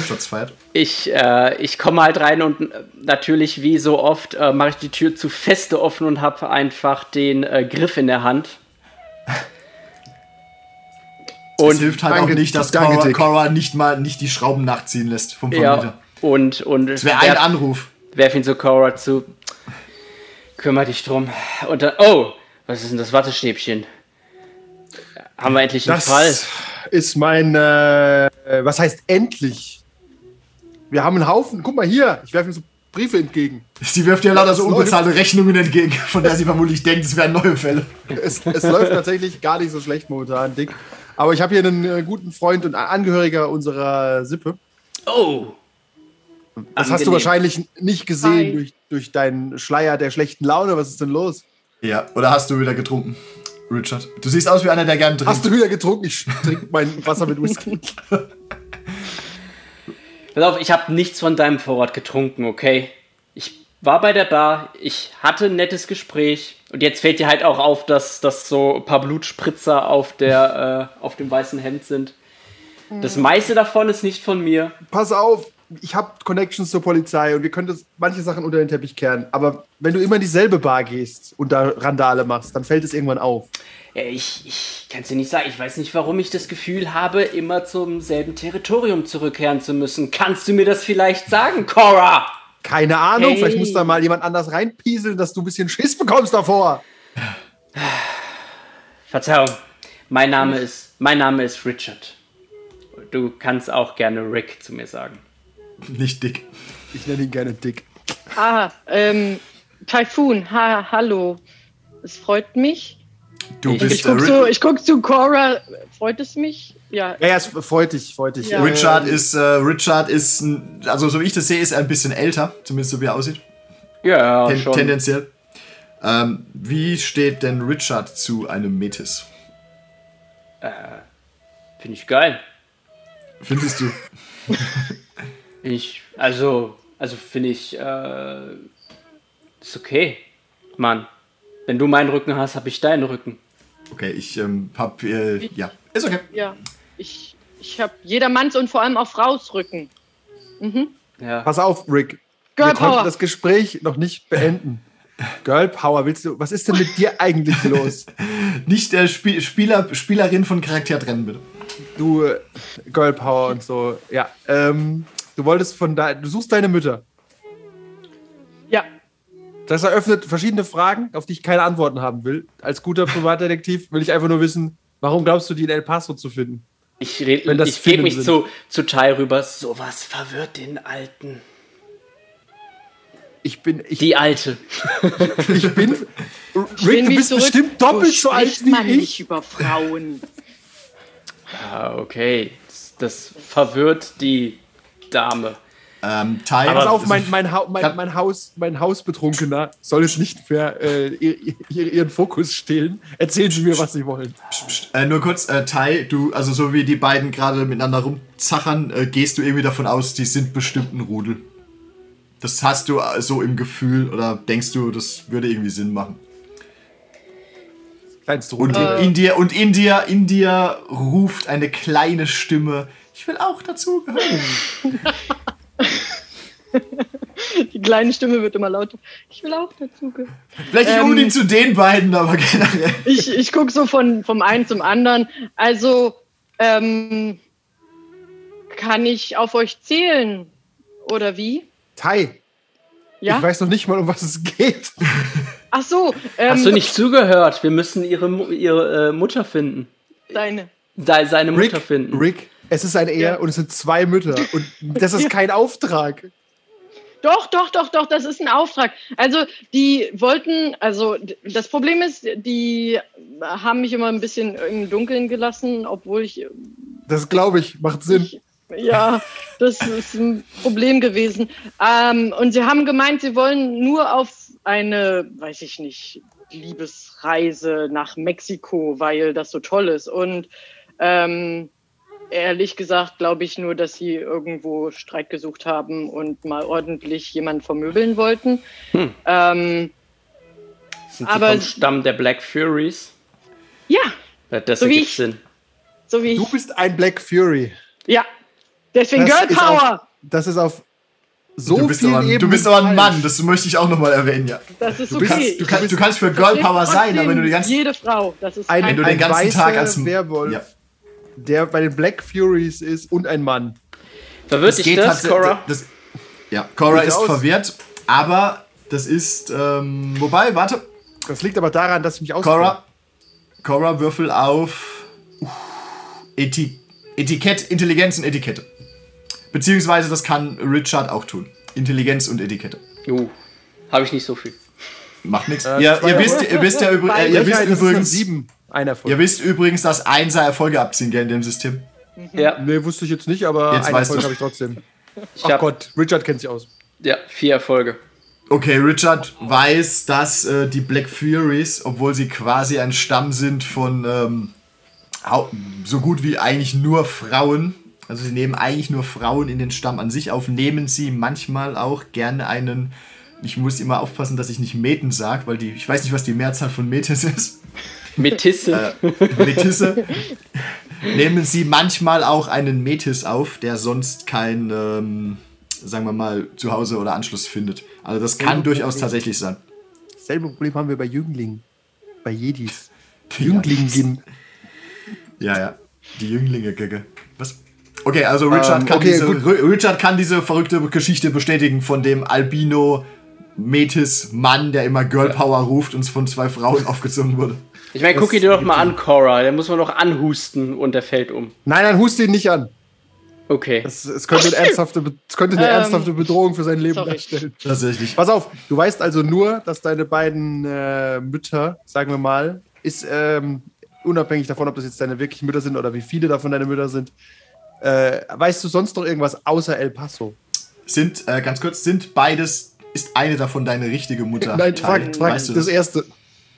Speaker 1: Shots fired.
Speaker 2: Ich, äh, ich komme halt rein und äh, natürlich, wie so oft, äh, mache ich die Tür zu feste offen und habe einfach den äh, Griff in der Hand.
Speaker 1: es
Speaker 2: Und,
Speaker 1: hilft halt
Speaker 5: danke,
Speaker 1: auch nicht, dass
Speaker 5: danke,
Speaker 1: Cora,
Speaker 5: Dick.
Speaker 1: Cora nicht mal nicht die Schrauben nachziehen lässt vom
Speaker 2: ja,
Speaker 1: Vermieter.
Speaker 2: und, und
Speaker 1: Es wäre ein
Speaker 2: werf-
Speaker 1: Anruf.
Speaker 2: werf ihn zu Cora zu. Kümmer dich drum. Und dann, oh, was ist denn das Wattestäbchen? Haben wir endlich einen
Speaker 3: Das
Speaker 2: Fall?
Speaker 3: ist mein, äh, was heißt endlich? Wir haben einen Haufen, guck mal hier, ich werfe ihm so Briefe entgegen.
Speaker 1: Sie wirft ihr lauter so
Speaker 3: Leute.
Speaker 1: unbezahlte Rechnungen entgegen, von der sie vermutlich denkt, es wären neue Fälle.
Speaker 3: Es, es läuft tatsächlich gar nicht so schlecht momentan, Dick. Aber ich habe hier einen äh, guten Freund und Angehöriger unserer Sippe.
Speaker 2: Oh!
Speaker 3: Das hast du wahrscheinlich nicht gesehen
Speaker 4: Hi.
Speaker 3: durch, durch deinen Schleier der schlechten Laune. Was ist denn los?
Speaker 1: Ja, oder hast du wieder getrunken, Richard? Du siehst aus wie einer, der gern trinkt.
Speaker 3: Hast du wieder getrunken? Ich trinke mein Wasser mit Whisky.
Speaker 2: Pass auf, ich habe nichts von deinem Vorrat getrunken, okay? Ich war bei der Bar, ich hatte ein nettes Gespräch und jetzt fällt dir halt auch auf, dass, dass so ein paar Blutspritzer auf, der, äh, auf dem weißen Hemd sind. Das meiste davon ist nicht von mir.
Speaker 3: Pass auf, ich habe Connections zur Polizei und wir können das, manche Sachen unter den Teppich kehren. Aber wenn du immer in dieselbe Bar gehst und da Randale machst, dann fällt es irgendwann auf.
Speaker 2: Ja, Ich, ich kann es dir nicht sagen. Ich weiß nicht, warum ich das Gefühl habe, immer zum selben Territorium zurückkehren zu müssen. Kannst du mir das vielleicht sagen, Cora?
Speaker 3: Keine Ahnung,
Speaker 4: Hey.
Speaker 3: vielleicht muss da mal jemand anders reinpieseln, dass du ein bisschen Schiss bekommst davor.
Speaker 2: Verzeihung, mein Name ist, mein Name ist Richard. Du kannst auch gerne Rick zu mir sagen.
Speaker 1: nicht dick.
Speaker 3: Ich nenne ihn gerne Dick.
Speaker 4: Ah, ähm, Typhoon, ha, hallo. Es freut mich.
Speaker 1: Du
Speaker 4: Ich
Speaker 1: bist äh,
Speaker 4: guck,
Speaker 1: Ri-
Speaker 4: so, ich guck zu Cora. Freut es mich? Ja.
Speaker 3: Ja, ja, es freut dich, freut dich.
Speaker 4: Ja.
Speaker 1: Richard ist, äh, Richard ist, ein- also so wie ich das sehe, ist er ein bisschen älter, zumindest so wie er aussieht.
Speaker 2: Ja,
Speaker 1: Ten
Speaker 2: schon.
Speaker 1: tendenziell. Ähm, wie steht denn Richard zu einem Metis?
Speaker 2: Finde ich geil.
Speaker 1: Findest du?
Speaker 2: Find ich, also, also finde ich, äh, ist okay, Mann. Wenn du meinen Rücken hast, habe ich deinen Rücken.
Speaker 1: Okay, ich ähm, hab, äh, ja, ist okay.
Speaker 4: Ja, ich, ich habe jedermanns und vor allem auch Frausrücken.
Speaker 2: Ja.
Speaker 3: Pass auf, Rick.
Speaker 4: Girl
Speaker 3: wir konnten
Speaker 4: Power.
Speaker 3: das Gespräch noch nicht beenden. Girl Power, willst du, was ist denn mit dir eigentlich los?
Speaker 1: Nicht äh, Spie- Spieler, Spielerin von Charakter trennen, bitte.
Speaker 3: Du, äh, Girl Power und so. Ja, ähm, du wolltest von da, du suchst deine Mütter.
Speaker 4: Ja,
Speaker 3: Das eröffnet verschiedene Fragen, auf die ich keine Antworten haben will. Als guter Privatdetektiv will ich einfach nur wissen, warum glaubst du, die in El Paso zu finden?
Speaker 2: Ich, red-
Speaker 3: Wenn das
Speaker 2: ich gebe
Speaker 3: Filme
Speaker 2: mich
Speaker 3: sind.
Speaker 2: zu, zu Tai rüber. Sowas verwirrt den Alten.
Speaker 3: Ich bin, ich,
Speaker 2: Die Alte.
Speaker 3: ich bin, Rick,
Speaker 4: ich lehn
Speaker 3: du
Speaker 4: mich
Speaker 3: bist
Speaker 4: zurück.
Speaker 3: bestimmt doppelt so,
Speaker 4: spricht
Speaker 3: alt
Speaker 4: man
Speaker 3: wie
Speaker 4: nicht
Speaker 3: ich.
Speaker 4: über Frauen.
Speaker 2: Ah, okay. Das, das verwirrt die Dame.
Speaker 1: Ähm, Teil,
Speaker 3: Pass auf,
Speaker 1: also-
Speaker 3: mein, mein, Hau- mein,
Speaker 1: Kann-
Speaker 3: mein Haus, mein Hausbetrunkener soll es nicht mehr äh, ihr, ihr, ihren Fokus stehlen. Erzählen Sie mir, was Sie wollen.
Speaker 1: Äh, nur kurz, äh, Tai, du, also so wie die beiden gerade miteinander rumzachern, äh, gehst du irgendwie davon aus, die sind bestimmt ein Rudel. Das hast du äh, so im Gefühl oder denkst du, das würde irgendwie Sinn machen.
Speaker 3: Kleinste
Speaker 1: Und
Speaker 3: Runde.
Speaker 1: in dir, und in dir, in dir ruft eine kleine Stimme. Ich will auch dazugehören.
Speaker 4: Die kleine Stimme wird immer lauter. Ich will auch dazu. gehören.
Speaker 1: Vielleicht nicht unbedingt zu den beiden, aber generell.
Speaker 4: Ich, ich gucke so von, vom einen zum anderen. Also, ähm, kann ich auf euch zählen? Oder wie?
Speaker 3: Tai,
Speaker 4: Ja?
Speaker 3: ich weiß noch nicht mal, um was es geht.
Speaker 4: Ach so. Ähm,
Speaker 2: Hast du nicht zugehört? Wir müssen ihre, Mu- ihre äh, Mutter finden.
Speaker 4: Deine.
Speaker 2: Da, seine
Speaker 3: Rick,
Speaker 2: Mutter finden.
Speaker 3: Rick, es ist eine Ehe
Speaker 4: Ja.
Speaker 3: und es sind zwei Mütter. Und das ist kein Auftrag.
Speaker 4: Doch, doch, doch, doch, das ist ein Auftrag. Also, die wollten, also, d- das Problem ist, die haben mich immer ein bisschen im Dunkeln gelassen, obwohl ich,
Speaker 3: Das glaube ich, macht Sinn.
Speaker 4: ich ja, das ist ein Problem gewesen. Ähm, und sie haben gemeint, sie wollen nur auf eine, weiß ich nicht, Liebesreise nach Mexiko, weil das so toll ist. Und ähm, ehrlich gesagt glaube ich nur, dass sie irgendwo Streit gesucht haben und mal ordentlich jemanden vermöbeln wollten. Ähm,
Speaker 2: Sind
Speaker 4: aber-
Speaker 2: sie vom Stamm der Black Furies?
Speaker 4: ja,
Speaker 2: Ja, Das
Speaker 4: So wie
Speaker 2: ergibt
Speaker 4: ich.
Speaker 2: Sinn.
Speaker 4: so wie ich.
Speaker 3: Du bist ein Black Fury.
Speaker 4: Ja, Deswegen
Speaker 3: Das
Speaker 4: Girl
Speaker 3: ist
Speaker 4: Power!
Speaker 3: Auf, das ist auf so
Speaker 1: du, bist
Speaker 3: vielen
Speaker 1: aber,
Speaker 3: Ebenen
Speaker 1: du bist aber ein Mann,
Speaker 3: falsch.
Speaker 1: das möchte ich auch nochmal erwähnen, ja.
Speaker 4: Das ist
Speaker 1: Du,
Speaker 4: okay.
Speaker 1: kannst, du,
Speaker 4: Ich
Speaker 1: kannst, du kannst für Girl
Speaker 4: verstehe
Speaker 1: Power sein,
Speaker 4: trotzdem
Speaker 1: aber wenn du den ganzen,
Speaker 4: Jede Frau, das ist
Speaker 3: Ein-
Speaker 1: wenn du
Speaker 4: kein
Speaker 1: den ganzen
Speaker 3: weißer
Speaker 1: Tag als.
Speaker 3: Werwolf.
Speaker 1: Ja.
Speaker 3: der bei den Black Furies ist und ein Mann.
Speaker 2: Verwirrt dich das,
Speaker 1: tatsä-
Speaker 2: Cora?
Speaker 1: halt Das, ja, Cora ist
Speaker 3: Durchaus.
Speaker 1: verwirrt, aber das ist. Ähm, wobei, warte.
Speaker 3: Das liegt aber daran, dass ich mich auskenne.
Speaker 1: Cora. Cora würfel auf. uff, Eti Etikett, Intelligenz und Etikette. Beziehungsweise das kann Richard auch tun. Intelligenz und Etikette.
Speaker 2: Jo, habe Uh, ich nicht so viel.
Speaker 1: Macht nichts.
Speaker 3: Äh,
Speaker 1: ihr,
Speaker 3: zwei
Speaker 1: ihr, wisst, ihr wisst ja übr- äh, ihr wisst
Speaker 3: Frechheit, das ist eine
Speaker 1: übrigens.
Speaker 3: sieben. Einer von.
Speaker 1: Ihr wisst übrigens, dass Einser Erfolge abziehen gell, in dem System.
Speaker 2: Ja,
Speaker 3: Nee, wusste ich jetzt nicht, aber
Speaker 1: Jetzt
Speaker 3: einen
Speaker 1: weißt
Speaker 3: Erfolg
Speaker 1: du's.
Speaker 3: habe ich trotzdem.
Speaker 2: ich
Speaker 3: Ach
Speaker 2: habe
Speaker 3: Gott, Richard kennt sich aus.
Speaker 2: ja, vier Erfolge.
Speaker 1: Okay, Richard weiß, dass äh, die Black Furies, obwohl sie quasi ein Stamm sind von ähm, hau- so gut wie eigentlich nur Frauen, also sie nehmen eigentlich nur Frauen in den Stamm an sich auf, nehmen sie manchmal auch gerne einen, ich muss immer aufpassen, dass ich nicht Meten sage, weil die, ich weiß nicht, was die Mehrzahl von Metis ist,
Speaker 2: Metisse.
Speaker 1: Metisse, nehmen sie manchmal auch einen Metis auf, der sonst kein, ähm, sagen wir mal, Zuhause oder Anschluss findet. Also das kann durchaus tatsächlich sein.
Speaker 3: Selbe Problem haben wir bei Jünglingen. Bei Jedis. Jünglingen.
Speaker 1: Ja, ja. Die jünglinge -Gecke. Was? Okay, also Richard,
Speaker 3: Ähm,
Speaker 1: kann
Speaker 3: okay,
Speaker 1: diese,
Speaker 3: gut.
Speaker 1: Ri- Richard kann diese verrückte Geschichte bestätigen von dem Albino Metis Mann, der immer Girl Power ruft und von zwei Frauen aufgezogen wurde.
Speaker 2: Ich meine, guck ihn dir doch mal an, Cora. Der muss man doch anhusten und der fällt um.
Speaker 3: Nein, dann hust ihn nicht an.
Speaker 2: Okay.
Speaker 3: Es, es, könnte, eine ernsthafte, Be- es könnte eine
Speaker 4: Ähm,
Speaker 3: ernsthafte Bedrohung für sein Leben
Speaker 4: sorry.
Speaker 3: darstellen.
Speaker 1: Tatsächlich.
Speaker 3: Pass auf, du weißt also nur, dass deine beiden äh, Mütter, sagen wir mal, ist ähm, unabhängig davon, ob das jetzt deine wirklichen Mütter sind oder wie viele davon deine Mütter sind. Äh, weißt du sonst noch irgendwas außer El Paso?
Speaker 1: Sind, äh, ganz kurz, sind beides, ist eine davon deine richtige Mutter?
Speaker 3: Nein,
Speaker 1: Teil?
Speaker 3: frag, frag
Speaker 1: Weißt du
Speaker 3: das
Speaker 1: das?
Speaker 3: erste.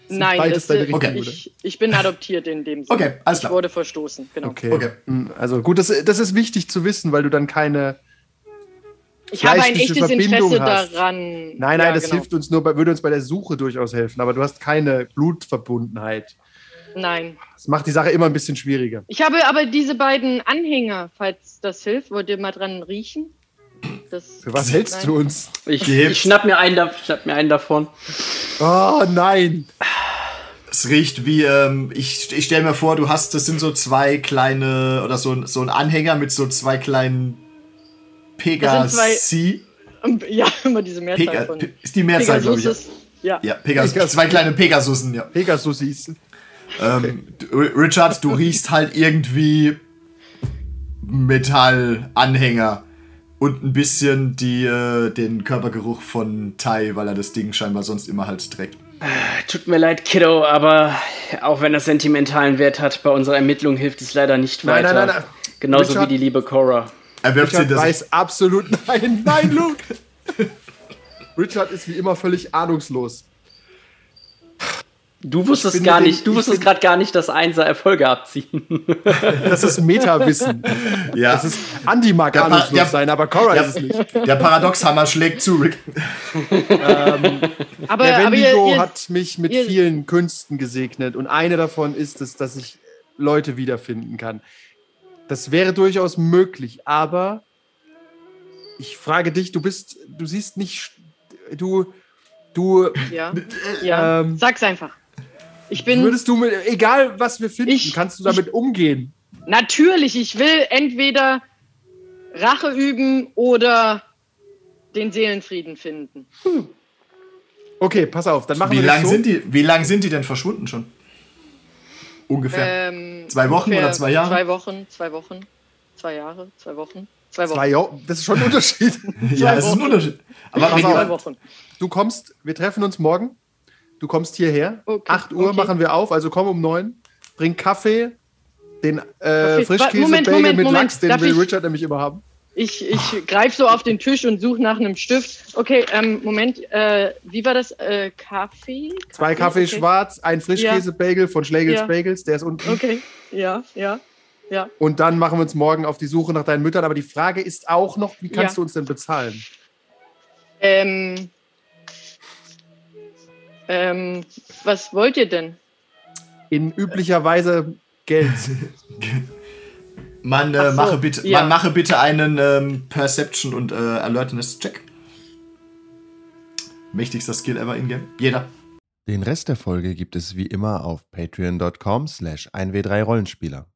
Speaker 3: Sind
Speaker 4: Nein,
Speaker 3: beides
Speaker 4: das,
Speaker 3: deine
Speaker 4: äh,
Speaker 3: richtigen
Speaker 1: Okay.
Speaker 3: Brüder.
Speaker 4: ich, ich bin adoptiert in dem Sinne.
Speaker 1: Okay, alles
Speaker 4: Ich
Speaker 1: klar.
Speaker 4: wurde verstoßen, genau.
Speaker 3: Okay.
Speaker 1: Okay.
Speaker 3: Mm, Also gut, das, das ist wichtig zu wissen, weil du dann keine.
Speaker 4: Ich habe ein
Speaker 3: Fleischliche
Speaker 4: echtes
Speaker 3: Verbindung
Speaker 4: Interesse
Speaker 3: hast.
Speaker 4: daran.
Speaker 3: Nein, nein,
Speaker 4: Ja,
Speaker 3: das
Speaker 4: genau.
Speaker 3: hilft uns nur, bei, würde uns bei der Suche durchaus helfen, aber du hast keine Blutverbundenheit.
Speaker 4: Nein.
Speaker 3: Das macht die Sache immer ein bisschen schwieriger.
Speaker 4: Ich habe aber diese beiden Anhänger, falls das hilft. Wollt ihr mal dran riechen? Das,
Speaker 3: Für was hältst
Speaker 4: Nein.
Speaker 3: du uns?
Speaker 2: Ich,
Speaker 1: Gibt's.
Speaker 2: ich schnapp mir einen, da, schnapp mir einen davon.
Speaker 3: Oh nein!
Speaker 1: Es riecht wie, ähm, ich, ich stelle mir vor, du hast, das sind so zwei kleine, oder so, ein- so ein Anhänger mit so zwei kleinen
Speaker 4: Das sind zwei-
Speaker 1: Pegasi.
Speaker 4: Ja, immer diese Mehrzahl
Speaker 3: äh,
Speaker 1: Pega,
Speaker 4: von.
Speaker 1: Pe- ist die Mehrzahl, glaube ich. ja.
Speaker 4: Pegasus. Ja.
Speaker 1: Ja, Pegasus.
Speaker 3: Pegasus.
Speaker 1: Zwei kleine Pegasussen, ja.
Speaker 3: Pegasus hieß.
Speaker 1: Ähm, du- Richard, du riechst halt irgendwie Metallanhänger und ein bisschen die, äh, den Körpergeruch von Tai, weil er das Ding scheinbar sonst immer halt trägt.
Speaker 2: Tut mir leid, Kiddo, aber auch wenn das sentimentalen Wert hat, bei unserer Ermittlung hilft es leider nicht
Speaker 3: Nein,
Speaker 2: weiter.
Speaker 3: nein, nein, nein.
Speaker 2: Genauso
Speaker 3: Richard-
Speaker 2: wie die liebe Cora.
Speaker 1: Er wirft sie
Speaker 3: Richard
Speaker 1: das.
Speaker 3: weiß absolut nein. Nein, Luke! Richard ist wie immer völlig ahnungslos.
Speaker 2: Du wusstest
Speaker 3: bin
Speaker 2: gar
Speaker 3: mit dem-
Speaker 2: nicht, du
Speaker 3: ich
Speaker 2: wusstest
Speaker 3: bin-
Speaker 2: gerade gar nicht, dass Einser Erfolge abziehen.
Speaker 3: Das ist Meta-Wissen.
Speaker 1: Ja.
Speaker 3: Das ist, Andy mag
Speaker 1: Der Pa-
Speaker 3: ahnungslos
Speaker 1: der-
Speaker 3: sein, aber Cora
Speaker 1: der-
Speaker 3: ist es nicht.
Speaker 1: Der Paradoxhammer schlägt zu, Rick.
Speaker 4: Aber,
Speaker 3: Der
Speaker 4: aber ihr,
Speaker 3: Wendigo
Speaker 4: ihr,
Speaker 3: hat mich mit
Speaker 4: ihr-
Speaker 3: vielen Künsten gesegnet und eine davon ist es, dass ich Leute wiederfinden kann. Das wäre durchaus möglich, aber ich frage dich, du bist, du siehst nicht, sch- du, du
Speaker 4: ja, ja.
Speaker 3: Ähm,
Speaker 4: Sag's einfach. Ich bin
Speaker 3: Würdest du mit, egal was wir finden,
Speaker 4: Ich-
Speaker 3: kannst du damit umgehen?
Speaker 4: natürlich, ich will entweder Rache üben oder den Seelenfrieden finden.
Speaker 3: Okay, pass auf, dann machen
Speaker 1: Wie
Speaker 3: wir das
Speaker 1: lang
Speaker 3: so.
Speaker 1: sind die? Wie lang sind die denn verschwunden schon? Ungefähr.
Speaker 4: Ähm,
Speaker 1: Zwei Wochen
Speaker 4: ungefähr
Speaker 1: oder zwei Jahre?
Speaker 4: Zwei Wochen, zwei Wochen, zwei Jahre, zwei Wochen, zwei Wochen.
Speaker 3: Zwei Jahre, das ist schon ein Unterschied.
Speaker 1: ja, es ist ein Unterschied. Aber wenn
Speaker 3: auf.
Speaker 4: Zwei
Speaker 1: jemand,
Speaker 4: Wochen.
Speaker 3: Du kommst, wir treffen uns morgen. Du kommst hierher.
Speaker 4: Okay,
Speaker 3: 8 Uhr
Speaker 4: okay.
Speaker 3: machen wir auf, also komm um 9. Bring Kaffee, den äh,
Speaker 4: Kaffee.
Speaker 3: Frischkäse
Speaker 4: Moment,
Speaker 3: Bagel
Speaker 4: Moment,
Speaker 3: mit
Speaker 4: Moment.
Speaker 3: Lachs, den
Speaker 4: Darf
Speaker 3: will
Speaker 4: ich-
Speaker 3: Richard nämlich immer haben.
Speaker 4: Ich, ich greife so auf den Tisch und suche nach einem Stift. Okay, ähm, Moment, äh, wie war das? Äh, Kaffee?
Speaker 3: Zwei Kaffee
Speaker 4: okay.
Speaker 3: schwarz, ein Frischkäse Bagel von Schlägels
Speaker 4: Ja.
Speaker 3: Bagels, der ist unten.
Speaker 4: Okay, ja, ja, ja.
Speaker 3: Und dann machen wir uns morgen auf die Suche nach deinen Müttern, aber die Frage ist auch noch, wie kannst
Speaker 4: Ja.
Speaker 3: du uns denn bezahlen?
Speaker 4: Ähm, ähm, was wollt ihr denn?
Speaker 3: In üblicher Weise Geld.
Speaker 1: Man, äh,
Speaker 4: Ach so,
Speaker 1: mache, bitte,
Speaker 4: ja.
Speaker 1: man mache bitte einen ähm, Perception und äh, Alertness-Check. Mächtigster Skill ever in-game. Jeder.
Speaker 5: Den Rest der Folge gibt es wie immer auf patreon.com slash 1w3rollenspieler.